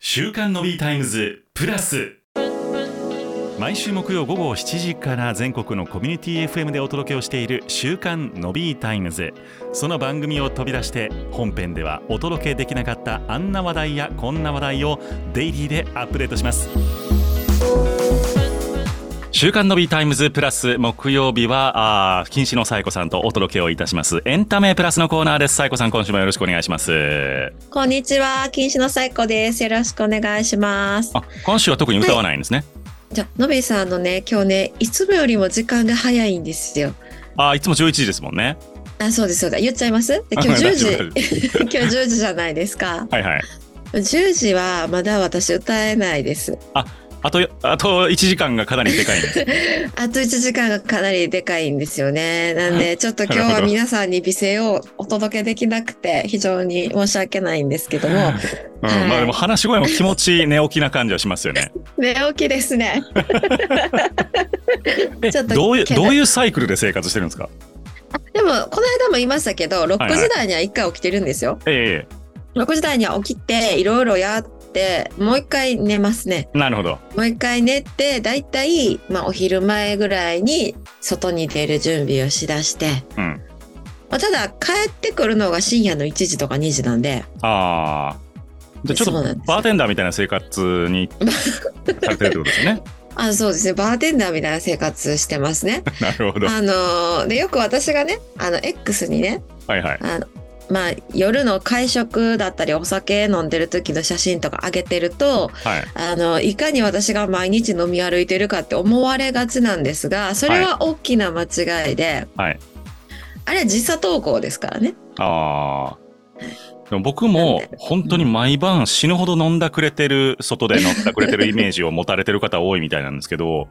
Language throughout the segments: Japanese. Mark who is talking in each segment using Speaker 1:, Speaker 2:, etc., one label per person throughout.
Speaker 1: 週刊のビータイムズプラス毎週木曜午後7時から全国のコミュニティ FM でお届けをしている週刊のビータイムズその番組を飛び出して本編ではお届けできなかったあんな話題やこんな話題をデイリーでアップデートします週刊のビータイムズプラス木曜日はあー禁止のサイコさんとお届けをいたしますエンタメプラスのコーナーですサイコさん今週もよろしくお願いします
Speaker 2: こんにちは、禁止のサイコです。よろしくお願いします。
Speaker 1: あ今週は特に歌わないんですね、
Speaker 2: じゃあ、のびさんのね、今日ね、いつもよりも時間が早いんですよ。
Speaker 1: あいつも11時ですもんね
Speaker 2: あ、そうです、そうだ。言っちゃいますで今日10時、今
Speaker 1: 時
Speaker 2: 日10時じゃないですか。
Speaker 1: はいはい
Speaker 2: 10時はまだ私歌えないです。
Speaker 1: あと、あと1時間がかなりでかいん です。
Speaker 2: あと1時間がかなりでかいんですよね。なんで、ちょっと今日は皆さんに美声をお届けできなくて、非常に申し訳ないんですけ ども、
Speaker 1: うん、まあでも話し声も気持ち寝起きな感じはしますよね。
Speaker 2: 寝起きですね。
Speaker 1: え
Speaker 2: ちょっと
Speaker 1: どういう、
Speaker 2: け
Speaker 1: ど
Speaker 2: ど
Speaker 1: ういうサイクルで生活してるんですか
Speaker 2: でも、この間も言いましたけど、
Speaker 1: は
Speaker 2: 6
Speaker 1: いはい
Speaker 2: 時台には1回起きてるんですよ。
Speaker 1: え
Speaker 2: 6時台には起きていろいろやってもう一回寝ますね
Speaker 1: えなるほど。
Speaker 2: もう一回寝てだいたい、まあ、お昼前ぐらいに外に出る準備をしだして、
Speaker 1: うん
Speaker 2: まあ、ただ帰ってくるのが深夜の1時とか2時なんで
Speaker 1: ああ。じゃあちょっ
Speaker 2: そう
Speaker 1: と
Speaker 2: なんですよ
Speaker 1: バーテンダーみたいな生活にされてるってことですよね。
Speaker 2: あそうですねバーテンダーみたいな生活してますね
Speaker 1: なるほど。
Speaker 2: あのーでよく私がねあの X にね
Speaker 1: はいはい。
Speaker 2: あのまあ、夜の会食だったりお酒飲んでる時の写真とか上げてると、
Speaker 1: はい。
Speaker 2: あの、いかに私が毎日飲み歩いてるかって思われがちなんですが、それは大きな間違いで、
Speaker 1: はい
Speaker 2: あれは時差投稿ですからね。
Speaker 1: ああ。でも僕も本当に毎晩死ぬほど飲んだくれてる、外で飲んだくれてるイメージを持たれてる方多いみたいなんですけど、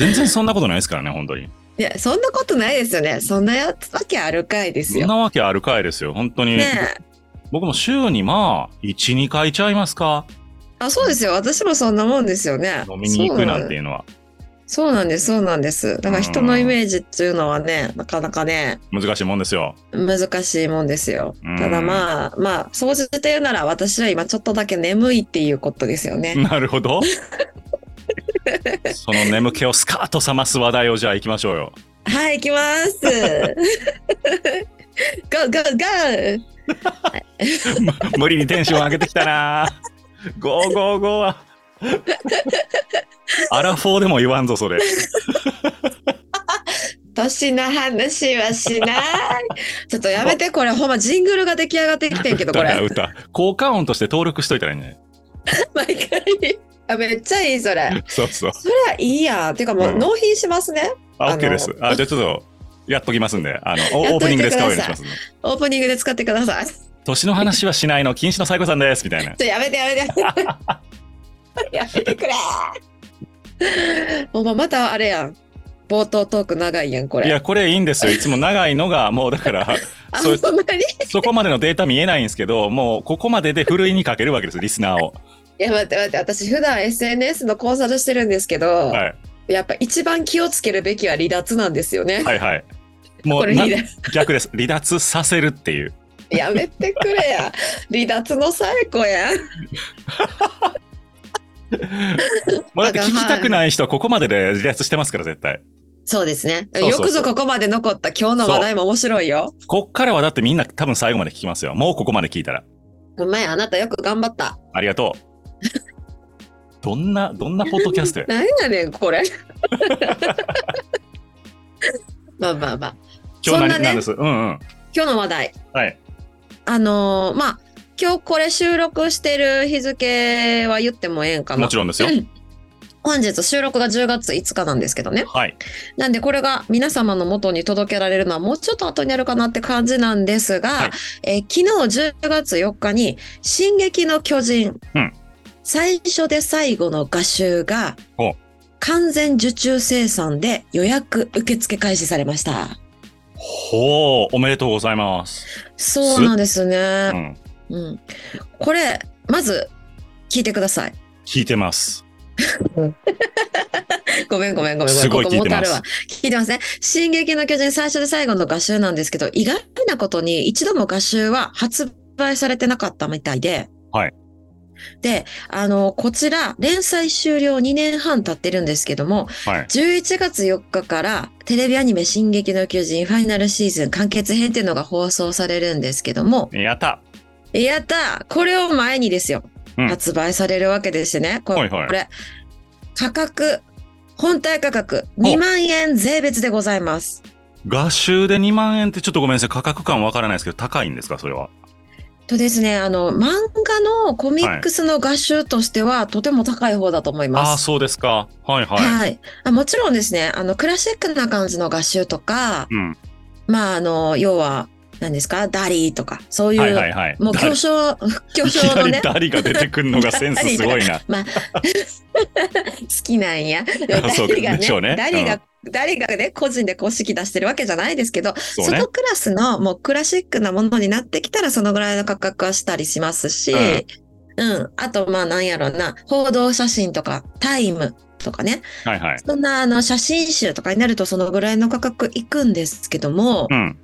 Speaker 1: 全然そんなことないですからね、本当に。
Speaker 2: いや、そんなことないですよね。そんなやつわけあるかいです
Speaker 1: そん
Speaker 2: よ。
Speaker 1: なわけあるかいですよ、本当に。
Speaker 2: ねえ。
Speaker 1: 僕も週にまあ、1、2回ちゃいますか
Speaker 2: あ、そうですよ。私もそんなもんですよね。
Speaker 1: 飲みに行くなんていうのは。
Speaker 2: そうなんです。そうなんです。そうなんですだから人のイメージっていうのはね、なかなかね、
Speaker 1: 難しいもんですよ。
Speaker 2: 難しいもんですよ
Speaker 1: うん。
Speaker 2: ただまあ、まあ、掃除て言うなら私は今ちょっとだけ眠いっていうことですよね。
Speaker 1: なるほ ど。その眠気をスカーッと冷ます話題をじゃあ行きましょうよ。
Speaker 2: はい、行きます。 ゴーゴーゴー。
Speaker 1: 無理にテンション上げてきたな。ゴーゴーゴーは。アラフォーでも言わんぞ、それ。
Speaker 2: 年の話はしない。ちょっとやめて、これ、ほんまジングルが出来上がってきてんけど、こ
Speaker 1: 歌や
Speaker 2: れ。
Speaker 1: 歌。効果音として登録しといたらいいんじゃない
Speaker 2: 毎回。あ、めっちゃいい、それ。
Speaker 1: そうそう。
Speaker 2: それはいいやん。ていうか、もう
Speaker 1: うん
Speaker 2: 納品しますね。
Speaker 1: あ、
Speaker 2: あの
Speaker 1: OK です。あ、じゃあちょっと、やっときますんで、あの、オ
Speaker 2: や
Speaker 1: オー
Speaker 2: っ
Speaker 1: プ
Speaker 2: と
Speaker 1: ニ
Speaker 2: い
Speaker 1: ング
Speaker 2: て
Speaker 1: で
Speaker 2: くだ
Speaker 1: 使う
Speaker 2: さい
Speaker 1: ようにしますんで。
Speaker 2: オープニングで使ってください。ちょ
Speaker 1: 年の話はしないの、禁止のサイコさんです、みたいな
Speaker 2: っ。とやめて、や めて。やめてくれ。もうまたあれやん。冒頭トーク長いやん、こ
Speaker 1: い
Speaker 2: れ。
Speaker 1: や、これいいんですよ。いつも長いのが、もうだから、
Speaker 2: あ、
Speaker 1: そう
Speaker 2: ほんまに
Speaker 1: そこまでのデータ見えないんですけど、もうここまででふるいにかけるわけです、リスナーを。
Speaker 2: いや、待って待って。私、普段 SNS のコンサルしてるんですけど。
Speaker 1: はい。
Speaker 2: やっぱ一番気をつけるべきは離脱なんですよね。
Speaker 1: はいはい。も
Speaker 2: こ
Speaker 1: う
Speaker 2: れ
Speaker 1: な
Speaker 2: 離脱
Speaker 1: 逆です。離脱させるっていう。
Speaker 2: やめてくれ や。離脱の最高や。
Speaker 1: もうだって
Speaker 2: だ
Speaker 1: 聞
Speaker 2: か
Speaker 1: き
Speaker 2: ら
Speaker 1: たくない人はここまでで離脱してますから、絶対。
Speaker 2: そうですね。
Speaker 1: そうそうそう
Speaker 2: よくぞここまで残った今日の話題も面白いよ。
Speaker 1: こっからはだってみんな多分最後まで聞きますよ。もうここまで聞いたら。
Speaker 2: ごめん、あなたよく頑張った。
Speaker 1: ありがとう。 どんな、どんなポッドキャストや。
Speaker 2: 何やねん、これ。まあまあまあ。
Speaker 1: 今
Speaker 2: そ
Speaker 1: 日
Speaker 2: んな
Speaker 1: 何
Speaker 2: ね
Speaker 1: なんです。うんうん。
Speaker 2: 今日の話題。
Speaker 1: はい。
Speaker 2: あのーまあ、今日これ収録してる日付は言ってもええんかな。
Speaker 1: もちろん ですよ。
Speaker 2: うん本日収録が10月5日なんですけどね。
Speaker 1: はい。
Speaker 2: なんでこれが皆様の元に届けられるのはもうちょっと後になるかなって感じなんですが、
Speaker 1: はい
Speaker 2: えー昨日10月4日に「進撃の巨人」
Speaker 1: うん
Speaker 2: 最初で最後の画集が
Speaker 1: お
Speaker 2: 完全受注生産で予約受付開始されました。
Speaker 1: ほう、おめでとうございます。
Speaker 2: そうなんです
Speaker 1: う
Speaker 2: ね。
Speaker 1: ん。
Speaker 2: うん、これまず聞いてください。
Speaker 1: 聞いてます。
Speaker 2: ごめんごめんごめんごめん。
Speaker 1: すごい
Speaker 2: ここ
Speaker 1: 聞いて
Speaker 2: もた
Speaker 1: ま
Speaker 2: る
Speaker 1: す
Speaker 2: わ。。聞いてますね。進撃の巨人最初で最後の画集なんですけど、意外なことに一度も画集は発売されてなかったみたいで、
Speaker 1: はい
Speaker 2: で、あの、こちら、連載終了2年半経ってるんですけども、
Speaker 1: はい。
Speaker 2: 11月4日からテレビアニメ「進撃の巨人」ファイナルシーズン完結編っていうのが放送されるんですけども、
Speaker 1: やった
Speaker 2: やったーこれを前にですよ、
Speaker 1: うん
Speaker 2: 発売されるわけでしてね、これ、
Speaker 1: はいはい
Speaker 2: これ価格、本体価格2万円税別でございます。
Speaker 1: 合集で2万円ってちょっとごめんなさい。価格感わからないですけど、高いんですかそれは。
Speaker 2: とですね、あの、漫画のコミックスの合集としては、とても高い方だと思い
Speaker 1: ああー、
Speaker 2: ます。
Speaker 1: そうですか。はいはい。
Speaker 2: はいあもちろんですね、あの、クラシックな感じの合集とか、
Speaker 1: うん。
Speaker 2: まあ、あの、要は、何ですか、ダリーとか、そういう、
Speaker 1: はいはいはい。
Speaker 2: もう
Speaker 1: 誰
Speaker 2: 巨 匠、巨
Speaker 1: いき
Speaker 2: 匠
Speaker 1: な
Speaker 2: の
Speaker 1: り
Speaker 2: ね、好
Speaker 1: ダリが出てくるのがセンスすごいな。
Speaker 2: きなんや。
Speaker 1: あ そう
Speaker 2: 誰が
Speaker 1: でしょうね
Speaker 2: ね、誰
Speaker 1: う
Speaker 2: が、誰がね、個人で公式出してるわけじゃないですけど、
Speaker 1: そう
Speaker 2: そ
Speaker 1: ね
Speaker 2: の。クラスのもうクラシックなものになってきたらそのぐらいの価格はしたりしますし、
Speaker 1: う
Speaker 2: うんん、あとまあなんやろな、報道写真とかタイムとかね、
Speaker 1: はいはい。
Speaker 2: そんなあの写真集とかになるとそのぐらいの価格いくんですけども、
Speaker 1: うん。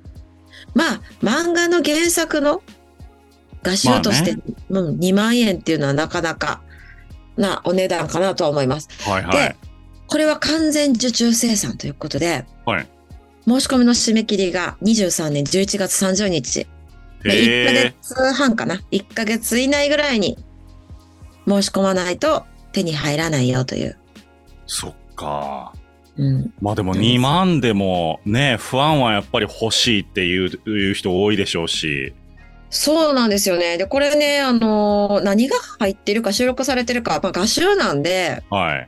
Speaker 2: まあ漫画の原作の画集として、うん、2万円っていうのはなかなかなお値段かなとは思います。
Speaker 1: はいはい
Speaker 2: で。これは完全受注生産ということで、
Speaker 1: はい
Speaker 2: 申し込みの締め切りが23年11月30日で
Speaker 1: へ
Speaker 2: 1
Speaker 1: え。
Speaker 2: ヶ月半かな1ヶ月以内ぐらいに申し込まないと手に入らないよという、
Speaker 1: そっか。
Speaker 2: うん、
Speaker 1: まあでも2万でもね、不安はやっぱり欲しいっていういう人多いでしょうし。
Speaker 2: そうなんですよねでこれね、あのー何が入ってるか収録されてるか、まあ、画集なんで
Speaker 1: はい。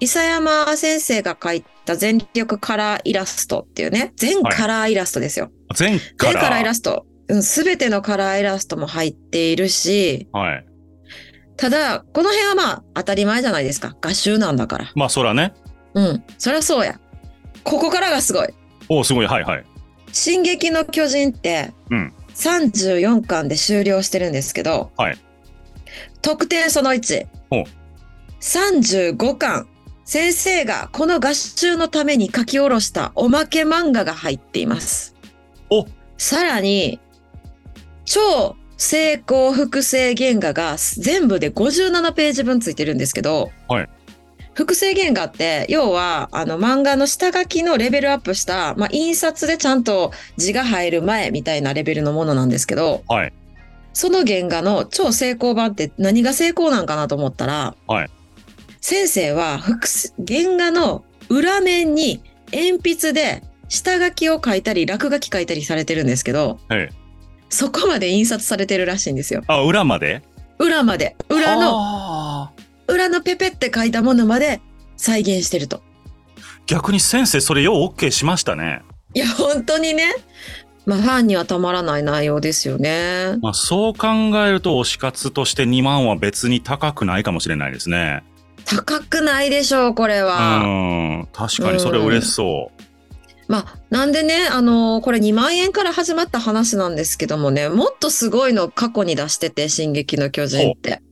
Speaker 2: 伊佐山先生が描いた全力カラーイラストっていうね全カラーイラストですよ、
Speaker 1: 前か
Speaker 2: 全
Speaker 1: ら。
Speaker 2: カラーイラストすべ、全てのカラーイラストも入っているし
Speaker 1: はい。
Speaker 2: ただこの辺はまあ当たり前じゃないですか画集なんだから
Speaker 1: まあそらね。
Speaker 2: うんそりゃそうやここからがすごい
Speaker 1: おお、すごい。はいはい。
Speaker 2: 「進撃の巨人」って
Speaker 1: うん
Speaker 2: 34巻で終了してるんですけど、
Speaker 1: はい
Speaker 2: 特典その1
Speaker 1: お
Speaker 2: 35巻先生がこの合集のために書き下ろしたおまけ漫画が入っています
Speaker 1: お
Speaker 2: さらに超成功複製原画が全部で57ページ分ついてるんですけど、
Speaker 1: はい
Speaker 2: 複製原画って要はあの漫画の下書きのレベルアップした、まあ、印刷でちゃんと字が入る前みたいなレベルのものなんですけど
Speaker 1: はい。
Speaker 2: その原画の超成功版って何が成功なんかなと思ったら、
Speaker 1: はい
Speaker 2: 先生は複製原画の裏面に鉛筆で下書きを書いたり落書き書いたりされてるんですけど、
Speaker 1: はい
Speaker 2: そこまで印刷されてるらしいんですよ
Speaker 1: あ、裏まで
Speaker 2: 裏まで裏の
Speaker 1: の。
Speaker 2: 裏のペペって書いたものまで再現してると
Speaker 1: 逆に先生、それよう OK しましたね。
Speaker 2: いや本当にねまあファンにはたまらない内容ですよね
Speaker 1: まあそう考えると推し活として2万は別に高くないかもしれないですね。
Speaker 2: 高くないでしょうこれ
Speaker 1: う
Speaker 2: は、
Speaker 1: ん。確かにそれ嬉しそう。
Speaker 2: まあなんでねあのーこれ2万円から始まった話なんですけどもねもっとすごいの過去に出してて「進撃の巨人」って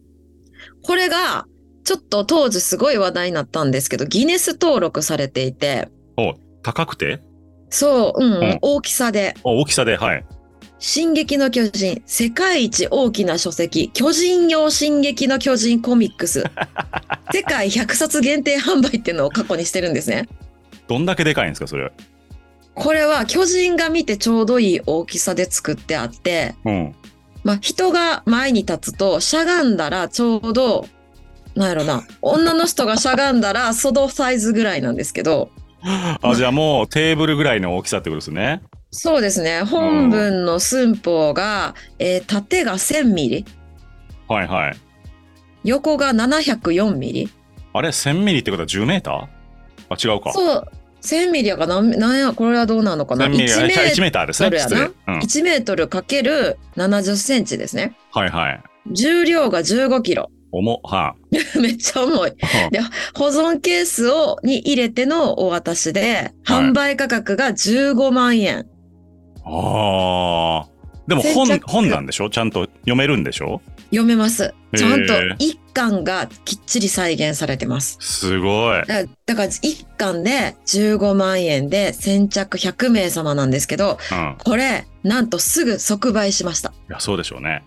Speaker 2: これがちょっと当時すごい話題になったんですけどギネス登録されていて
Speaker 1: お高くて
Speaker 2: そう、うん、
Speaker 1: うん
Speaker 2: 大きさで
Speaker 1: お大きさで、はい。
Speaker 2: 「進撃の巨人」世界一大きな書籍「巨人用進撃の巨人コミックス」世界100冊限定販売っていうのを過去にしてるんですね。
Speaker 1: どんだけでかいんですか、それ。
Speaker 2: これは巨人が見てちょうどいい大きさで作ってあって、
Speaker 1: うん。
Speaker 2: まあ、人が前に立つとしゃがんだらちょうどなんやろな女の人がしゃがんだらそのサイズぐらいなんですけど
Speaker 1: あ、じゃあもうテーブルぐらいの大きさってことですね。
Speaker 2: そうですね本文の寸法が、えー縦が1 0 0 0ミリ
Speaker 1: はいはい。
Speaker 2: 横が704ミリ
Speaker 1: あれ、1000ミリってことは10メーターあ、違うか。
Speaker 2: そう1 0 0 0ミリやからなんなんやこれはどうなのかな
Speaker 1: 1000
Speaker 2: 1
Speaker 1: ミリ、あ
Speaker 2: メ
Speaker 1: じゃあ1
Speaker 2: ー
Speaker 1: メーターですね。
Speaker 2: そ
Speaker 1: 失
Speaker 2: れ
Speaker 1: 礼。
Speaker 2: や
Speaker 1: う。
Speaker 2: なん1メートルかける7 0センチですね
Speaker 1: はいはい。
Speaker 2: 重量が1 5キロ
Speaker 1: 重、は
Speaker 2: めっちゃ重い
Speaker 1: い。
Speaker 2: 保存ケースをに入れてのお渡しで、
Speaker 1: はい
Speaker 2: 販売価格が15万円。
Speaker 1: ああ。でも本
Speaker 2: 先、着
Speaker 1: 本なんでしょちゃんと読めるんでしょ
Speaker 2: 読めます。
Speaker 1: へー
Speaker 2: ちゃんと1巻がきっちり再現されてます。
Speaker 1: すごい。
Speaker 2: だだから1巻で15万円で先着100名様なんですけど、
Speaker 1: うん。
Speaker 2: これなんとすぐ即売しました。
Speaker 1: いや、そうでしょうね。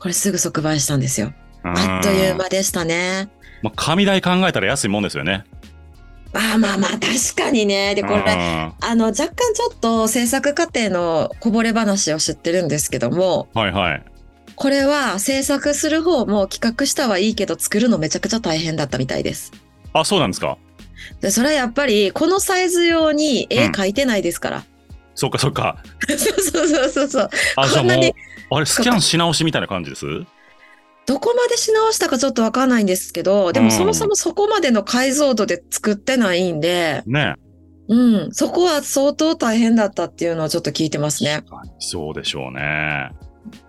Speaker 2: これすぐ即売したんですよ。
Speaker 1: う
Speaker 2: あっという間でしたね。
Speaker 1: まあ、紙代考えたら安いもんですよね。
Speaker 2: まあまあまあ、確かにね。で、これ、
Speaker 1: うん
Speaker 2: あの、若干ちょっと制作過程のこぼれ話を知ってるんですけども、
Speaker 1: はいはい。
Speaker 2: これは制作する方も企画したはいいけど作るのめちゃくちゃ大変だったみたいです。
Speaker 1: あ、そうなんですか。
Speaker 2: で、それはやっぱりこのサイズ用に絵描いてないですから。
Speaker 1: そっかそっか。
Speaker 2: そうそうそうそうそう。
Speaker 1: あ、じゃあ
Speaker 2: こん
Speaker 1: も
Speaker 2: な
Speaker 1: う
Speaker 2: に、
Speaker 1: あれ、スキャンし直しみたいな感じです
Speaker 2: どこまでし直したかちょっとわかんないんですけど、で
Speaker 1: うん
Speaker 2: もそもそもそこまでの解像度で作ってないんで、
Speaker 1: ね
Speaker 2: うん、そこは相当大変だったっていうのをちょっと聞いてますね。
Speaker 1: そうでしょうね。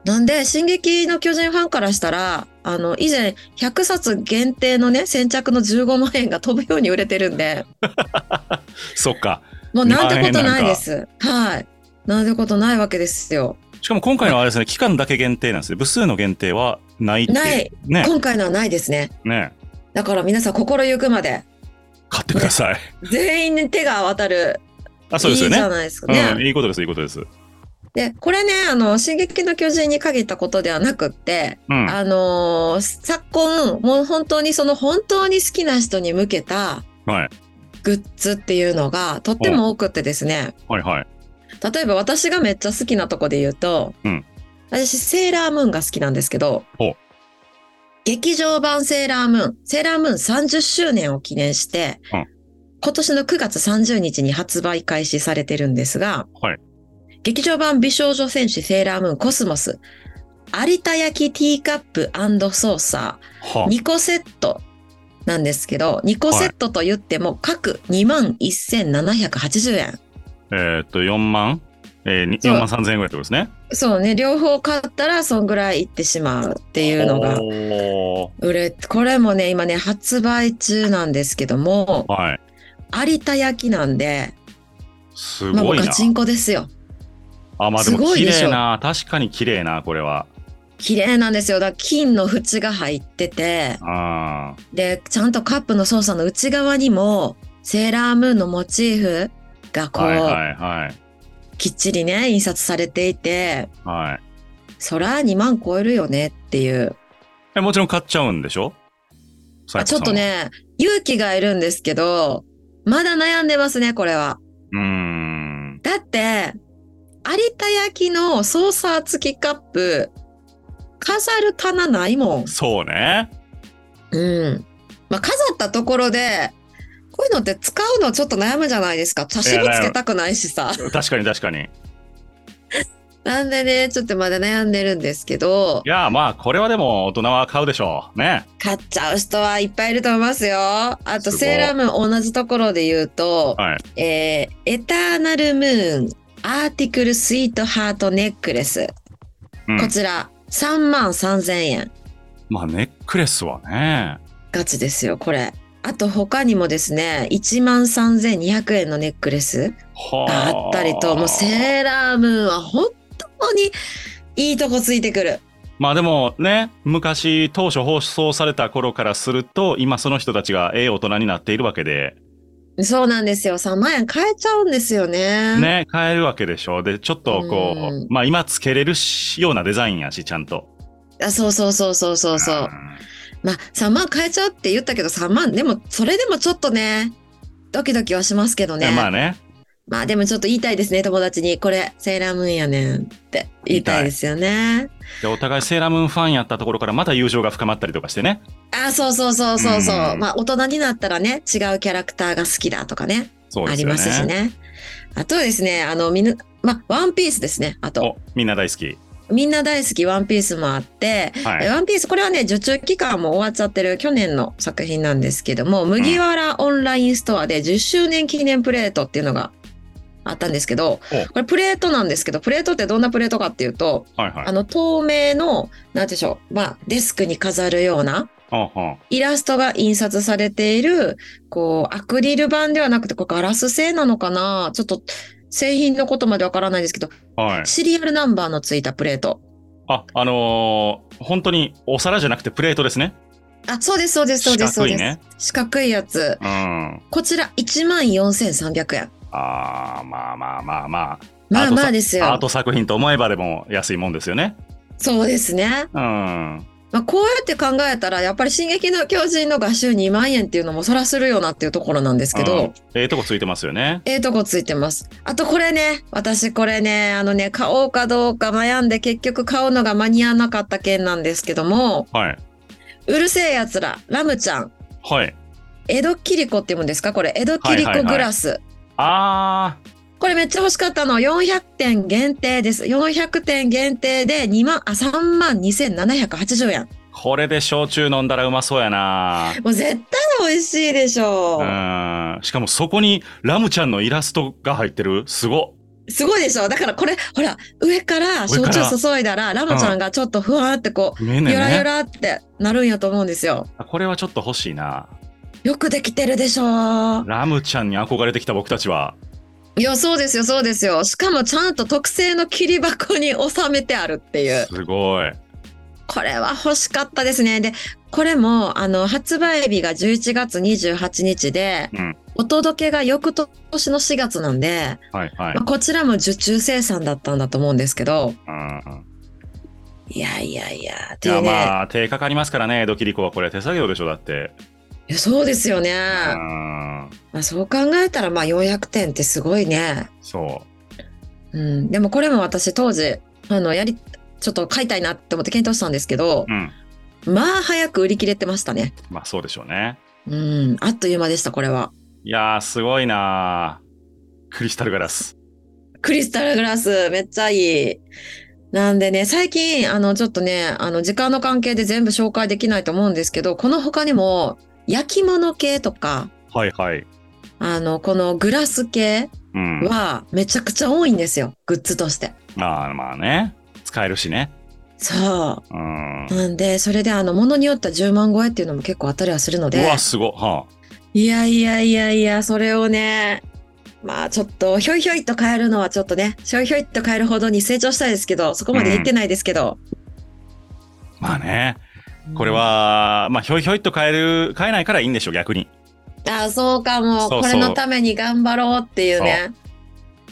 Speaker 2: なんで、進撃の巨人ファンからしたら、あの、以前100冊限定のね、先着の15万円が飛ぶように売れてるんで、
Speaker 1: そっか。
Speaker 2: もうなんてことないです。はい。なんてことないわけですよ。
Speaker 1: しかも今回のあれですね、期間だけ限定なんですね。部数の限定はないってう
Speaker 2: ない。
Speaker 1: ね。
Speaker 2: 今回のはないですね。
Speaker 1: ね。
Speaker 2: だから皆さん心ゆくまで、
Speaker 1: 買ってください。
Speaker 2: 全員に手が渡る、
Speaker 1: あ、そうです
Speaker 2: い
Speaker 1: よ
Speaker 2: いじ
Speaker 1: ね。
Speaker 2: ゃないですかね。
Speaker 1: うん、いいことです、いいことです。
Speaker 2: で、これね、あの、進撃の巨人に限ったことではなくって、
Speaker 1: うん。
Speaker 2: あのー昨今、もう本当にその本当に好きな人に向けた
Speaker 1: はい。
Speaker 2: グッズっていうのがとっても多くってですね、
Speaker 1: はいはい。
Speaker 2: 例えば私がめっちゃ好きなとこで言うと、
Speaker 1: うん
Speaker 2: 私、セーラームーンが好きなんですけど
Speaker 1: ほう、
Speaker 2: 劇場版セーラームーン、セーラームーン30周年を記念して、
Speaker 1: うん
Speaker 2: 今年の9月30日に発売開始されてるんですが、
Speaker 1: はい
Speaker 2: 劇場版美少女戦士セーラームーンコスモス、有田焼ティーカップソーサー、
Speaker 1: は
Speaker 2: 2個セットなんですけど、2個セットと言っても各21,780円。
Speaker 1: えーっと、4万えー、に
Speaker 2: そう
Speaker 1: 4万3000円ぐらいってことですね。
Speaker 2: そうね、両方買ったらそんぐらいいってしまうっていうのが
Speaker 1: おー
Speaker 2: 売れ、これもね、今ね、発売中なんですけども、
Speaker 1: はい。
Speaker 2: 有田焼なんで、
Speaker 1: す
Speaker 2: まあも
Speaker 1: ご
Speaker 2: う
Speaker 1: い
Speaker 2: ガ
Speaker 1: な。
Speaker 2: チンコですよ。
Speaker 1: あ、まあですも
Speaker 2: ごい
Speaker 1: 綺
Speaker 2: でしょ
Speaker 1: 麗な。確かに綺麗な、これは。
Speaker 2: 綺麗なんですよ。だから金の縁が入ってて、
Speaker 1: あー
Speaker 2: で、ちゃんとカップの操作の内側にも、セーラームーンのモチーフがこう、
Speaker 1: はいはいはい。
Speaker 2: きっちりね、印刷されていて、
Speaker 1: はい。
Speaker 2: そら2万超えるよねっていう。
Speaker 1: え、もちろん買っちゃうんでしょ
Speaker 2: あちょっと。ね、勇気がいるんですけど、まだ悩んでますね、これは。
Speaker 1: サイコさんはうーん。
Speaker 2: だって、有田焼のソーサー付きカップ、飾る棚ないもん。
Speaker 1: そうね。
Speaker 2: うん。まあ、飾ったところで、こういうのって使うのちょっと悩むじゃないですか。差しもつけたくないしさ。
Speaker 1: 確かに確かに。い
Speaker 2: なんでね、ちょっとまだ悩んでるんですけど、
Speaker 1: やー、まあ、これはでも大人は買うでしょう。ね。
Speaker 2: 買っちゃう人はいっぱいいると思いますよ。あ
Speaker 1: す
Speaker 2: と、
Speaker 1: ごい
Speaker 2: セーラームーン同じところで言うと、
Speaker 1: はい。
Speaker 2: えーエターナルムーン、アーティクルスイートハートネックレス。
Speaker 1: うん
Speaker 2: こちら、3万3000円。
Speaker 1: まあ、ネックレスはね。
Speaker 2: ガチですよ、これ。あと他にもですね、13,200円のネックレス
Speaker 1: は
Speaker 2: があったりと、もうセーラームーンは本当にいいとこついてくる。
Speaker 1: まあでもね、昔当初放送された頃からすると、今その人たちがええ大人になっているわけで、
Speaker 2: そうなんですよ。3万円買えちゃうんですよね。
Speaker 1: ね、買えるわけでしょう。で、ちょっとこう、
Speaker 2: うん
Speaker 1: まあ今つけれるしようなデザインやし、ちゃんと。
Speaker 2: あそうそうそうそうそうそう。まあ、3万買えちゃうって言ったけど、3万、でも、それでもちょっとね、ドキドキはしますけど
Speaker 1: いや
Speaker 2: ね。
Speaker 1: まあ
Speaker 2: まあ、
Speaker 1: ね、
Speaker 2: でもちょっと言いたいですね、友達に。これ、セーラームーンやねんって言いたいですよね。
Speaker 1: でお互いセーラームーンファンやったところからまた友情が深まったりとかしてね。
Speaker 2: あ、そうそうそうそうそう。
Speaker 1: うん
Speaker 2: まあ、大人になったらね、違うキャラクターが好きだとかね、
Speaker 1: そう
Speaker 2: あ
Speaker 1: です
Speaker 2: り
Speaker 1: よね。
Speaker 2: ますしね。あとはですね、あの、みんな、まあ、ワンピースですね。あと、
Speaker 1: お、みんな大好き。
Speaker 2: みんな大好きワンピースもあって、
Speaker 1: は
Speaker 2: え
Speaker 1: い。
Speaker 2: ワンピース、これはね、受注期間も終わっちゃってる去年の作品なんですけども、麦わらオンラインストアで10周年記念プレートっていうのがあったんですけど
Speaker 1: お、
Speaker 2: これプレートなんですけど、プレートってどんなプレートかっていうと、
Speaker 1: はいはい
Speaker 2: あ。の、透明の、なんていうんでしょう、まあ、デスクに飾るような、
Speaker 1: うんうん
Speaker 2: イラストが印刷されている、こう、アクリル板ではなくて、これガラス製なのかなちょっと、製品のことまでわからないですけど、
Speaker 1: はい。
Speaker 2: シリアルナンバーのついたプレート。
Speaker 1: あ、あのー本当にお皿じゃなくてプレートですね。
Speaker 2: あ、そうです、そうです、そうです、そう
Speaker 1: 四角い
Speaker 2: です。
Speaker 1: ね
Speaker 2: 四角いやつ。
Speaker 1: うん。
Speaker 2: こちら14,300円。
Speaker 1: あーまあまあまあまあ。
Speaker 2: ま
Speaker 1: あ
Speaker 2: あ
Speaker 1: とさ
Speaker 2: まあです
Speaker 1: アー
Speaker 2: よ。
Speaker 1: ト作品と思えばでも安いもんですよね。
Speaker 2: そうですね。
Speaker 1: うん。
Speaker 2: まあ、こうやって考えたら、やっぱり進撃の巨人の画集2万円っていうのもそらするよなっていうところなんですけ
Speaker 1: うん
Speaker 2: ど、
Speaker 1: ええとこついてますよね。
Speaker 2: ええとこついてます。あとこれね、私これね、あのね、買おうかどうか悩んで結局買うのが間に合わなかった件なんですけども、
Speaker 1: はい。
Speaker 2: うるせえやつら、ラムちゃん、
Speaker 1: はい。
Speaker 2: 江戸切子って言うんですかこれ、江戸切子グラス。
Speaker 1: あ
Speaker 2: これめっちゃ欲しかったの。400点限定です。400点限定で2万、あ、3万2780円。
Speaker 1: ー、これで焼酎飲んだらうまそうやな。
Speaker 2: もう絶対美味しいでしょ
Speaker 1: うん。しかもそこにラムちゃんのイラストが入ってる。すごっ。
Speaker 2: すごいでしょだからこれ、ほら、上から焼酎注いだら、ラムちゃんがちょっとふわーってこ
Speaker 1: 見えん
Speaker 2: う、
Speaker 1: ねん
Speaker 2: ゆらゆ
Speaker 1: ね。
Speaker 2: らってなるんやと思うんですよ。
Speaker 1: これはちょっと欲しいな。
Speaker 2: よくできてるでしょ
Speaker 1: ラムちゃんに憧れてきた僕たちは。
Speaker 2: いや、そうですよ、そうですよ。しかもちゃんと特製の切り箱に収めてあるっていう。
Speaker 1: すごい。
Speaker 2: これは欲しかったですね。で、これも、あの、発売日が11月28日で、
Speaker 1: うん
Speaker 2: お届けが翌年の4月なんで、
Speaker 1: はいはい
Speaker 2: まあ。こちらも受注生産だったんだと思うんですけど、
Speaker 1: うん。
Speaker 2: いやいやいや、っ
Speaker 1: い
Speaker 2: てい
Speaker 1: や
Speaker 2: うね、
Speaker 1: まあ、手かかりますからね、江戸切子はこれ手作業でしょ、だって。
Speaker 2: いやそうですよね。
Speaker 1: うん。
Speaker 2: まあ、そう考えたら、まあ、400点ってすごいね。
Speaker 1: そ
Speaker 2: うん。でもこれも私当時、あの、やり、ちょっと買いたいなって思って検討したんですけど
Speaker 1: う。う、ん。
Speaker 2: まあ、早く売り切れてましたね。
Speaker 1: まあ、そうでしょうね。
Speaker 2: うん。あっという間でした、これは。
Speaker 1: いやー、すごいなークリスタルガラス。
Speaker 2: クリスタルグラス、めっちゃいい。なんでね、最近、あの、ちょっとね、あの、時間の関係で全部紹介できないと思うんですけど、この他にも、焼き物系とか、
Speaker 1: はいはい。
Speaker 2: あの、このグラス系
Speaker 1: うん。
Speaker 2: は、めちゃくちゃ多いんですよ、グッズとして。
Speaker 1: まあまあね。使えるしね。
Speaker 2: そ
Speaker 1: うん。
Speaker 2: う。なんで、それで、あの、物によっては10万超えっていうのも結構あったりはするの
Speaker 1: う
Speaker 2: で
Speaker 1: わ、、すごっ。はい
Speaker 2: やいやいやいや、それをね、まあちょっと、ひょいひょいっと変えるのはちょっとね、ひょいひょいっと変えるほどに成長したいですけど、そこまでいってないですけ
Speaker 1: あ、
Speaker 2: ど。
Speaker 1: まあね。これは、まあ、ひょいひょいっと買える、買えないからいいんでしょ、逆に。
Speaker 2: あそうかも
Speaker 1: そうそう
Speaker 2: これのために頑張ろうっていうね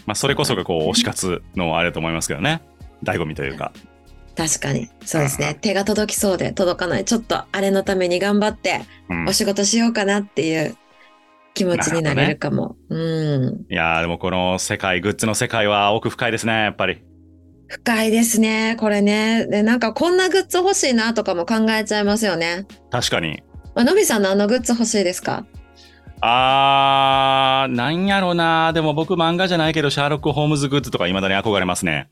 Speaker 1: まあ、それこそが、こう、推し活のあれだと思いますけどね。醍醐味というか。
Speaker 2: 確かにそうです
Speaker 1: うんう
Speaker 2: ね手が届きそうで届かないちょっとあれのために頑張って
Speaker 1: うん。
Speaker 2: お
Speaker 1: い
Speaker 2: 仕事しようかなっていう気持ちになれるかもうん
Speaker 1: やー、でもこの世界、グッズの世界は奥深いですね、やっぱり。
Speaker 2: 深いですねこれねでなんかこんなグッズ欲しいなとかも考えちゃいますよね、
Speaker 1: 確かに。
Speaker 2: まあのびさんのあのグッズ欲しいですか
Speaker 1: あー、なんやろな。でも僕、漫画じゃないけど、シャーロック・ホームズグッズとか、いまだに憧れますね。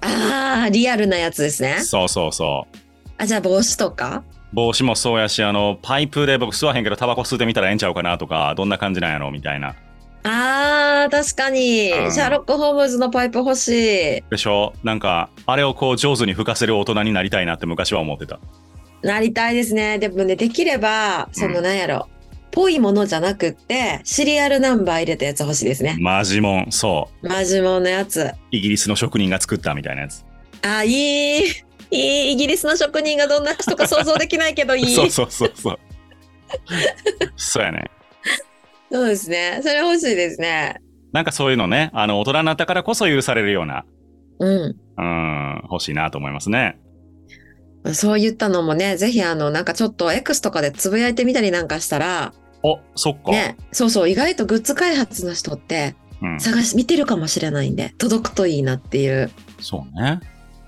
Speaker 2: あーリアルなやつですね
Speaker 1: そうそうそう。
Speaker 2: あじゃあ帽子とか
Speaker 1: 帽子もそうやし、あの、パイプで僕吸わへんけど、タバコ吸ってみたらええんちゃうかなとか、どんな感じなんやろみたいな。
Speaker 2: あー確かに
Speaker 1: うん
Speaker 2: シャーロック・ホームズのパイプ欲しい
Speaker 1: でしょなんか、あれをこう上手に吹かせる大人になりたいなって昔は思ってた。
Speaker 2: なりたいですね。でもね、できれば、その、なんやろ、ぽいものじゃなくって、シリアルナンバー入れたやつ欲しいですね。
Speaker 1: マジモン、そ
Speaker 2: マジモンのやつ。
Speaker 1: う。イギリスの職人が作ったみたいなやつ。
Speaker 2: あ、いい。いい。イギリスの職人がどんな人か想像できないけど、いい。
Speaker 1: そうそうそうそう。そうやね。
Speaker 2: そうですね。それ欲しいですね。
Speaker 1: なんかそういうのね、あの、大人になったからこそ許されるような、
Speaker 2: うん。
Speaker 1: うん、欲しいなと思いますね。
Speaker 2: そういったのもね、ぜひ、あの、なんかちょっと X とかでつぶやいてみたりなんかしたら、
Speaker 1: お、そっか。
Speaker 2: ね、そうそう、意外とグッズ開発の人って、
Speaker 1: うん、
Speaker 2: 探し、見てるかもしれないんで、届くといいなっていう。
Speaker 1: そうね。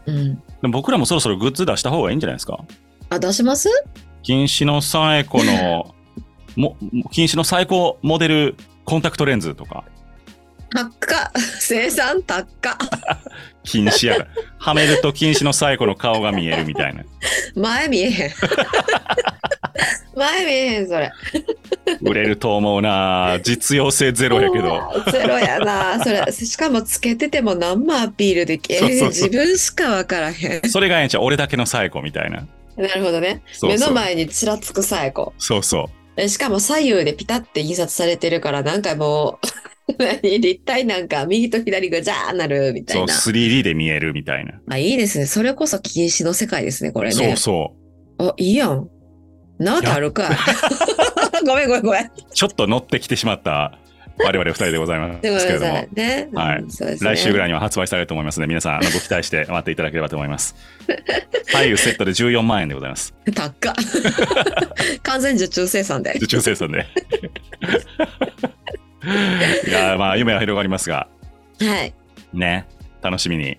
Speaker 2: うん。
Speaker 1: でも僕らもそろそろグッズ出した方がいいんじゃないですか
Speaker 2: あ、出します
Speaker 1: 禁止の最古の も禁止の最高モデルコンタクトレンズとか
Speaker 2: 高っ 生産高っ
Speaker 1: 禁止やからはめると禁止の最古の顔が見えるみたいな
Speaker 2: 前見えへん 前見えへんそれ
Speaker 1: 売れると思うな実用性ゼロやけ ど
Speaker 2: どゼロやなそれしかもつけてても何もアピールできへん
Speaker 1: そうそうそう
Speaker 2: 自分しか分からへん
Speaker 1: それがええんちゃう俺だけの最古みたいな
Speaker 2: なるほどね
Speaker 1: そうそう
Speaker 2: 目の前にちらつくさえこ
Speaker 1: そうそう
Speaker 2: えしかも左右でピタって印刷されてるからなんかもう 何立体なんか右と左がジャーなるみた
Speaker 1: そ
Speaker 2: いうな
Speaker 1: 3D で見えるみたいな、
Speaker 2: あいいですねそれこそ禁止の世界ですねこれ
Speaker 1: そ
Speaker 2: ね
Speaker 1: うそ
Speaker 2: あいいやんなわけあるかい ごめんごめんごめん
Speaker 1: うちょっと乗ってきてしまった我々二人でございますけ
Speaker 2: でごめ
Speaker 1: れ
Speaker 2: んな
Speaker 1: ど
Speaker 2: さ
Speaker 1: も
Speaker 2: い。ね。
Speaker 1: はい
Speaker 2: うんそうですね
Speaker 1: 来週ぐらいには発売されると思いますので、皆さん、あのご期待して待っていただければと思います。左右セットで14万円でございます。
Speaker 2: 高っ完全受注生産で。
Speaker 1: 受注生産で。いやー、まあ、夢は広がりますが、
Speaker 2: はい。
Speaker 1: ね、楽しみに、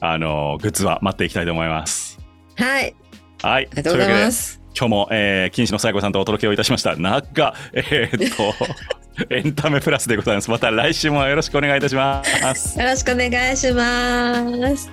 Speaker 1: あのーグッズは待っていきたいと思います。
Speaker 2: はい。
Speaker 1: はい。
Speaker 2: ありがとうございま
Speaker 1: というわ
Speaker 2: す。
Speaker 1: けで、今日も、えー、金子の最後さんとお届けをいたしました。なんか、えーっと、 エンタメプラスでございます。また来週もよろしくお願いいたします。
Speaker 2: よろしくお願いします。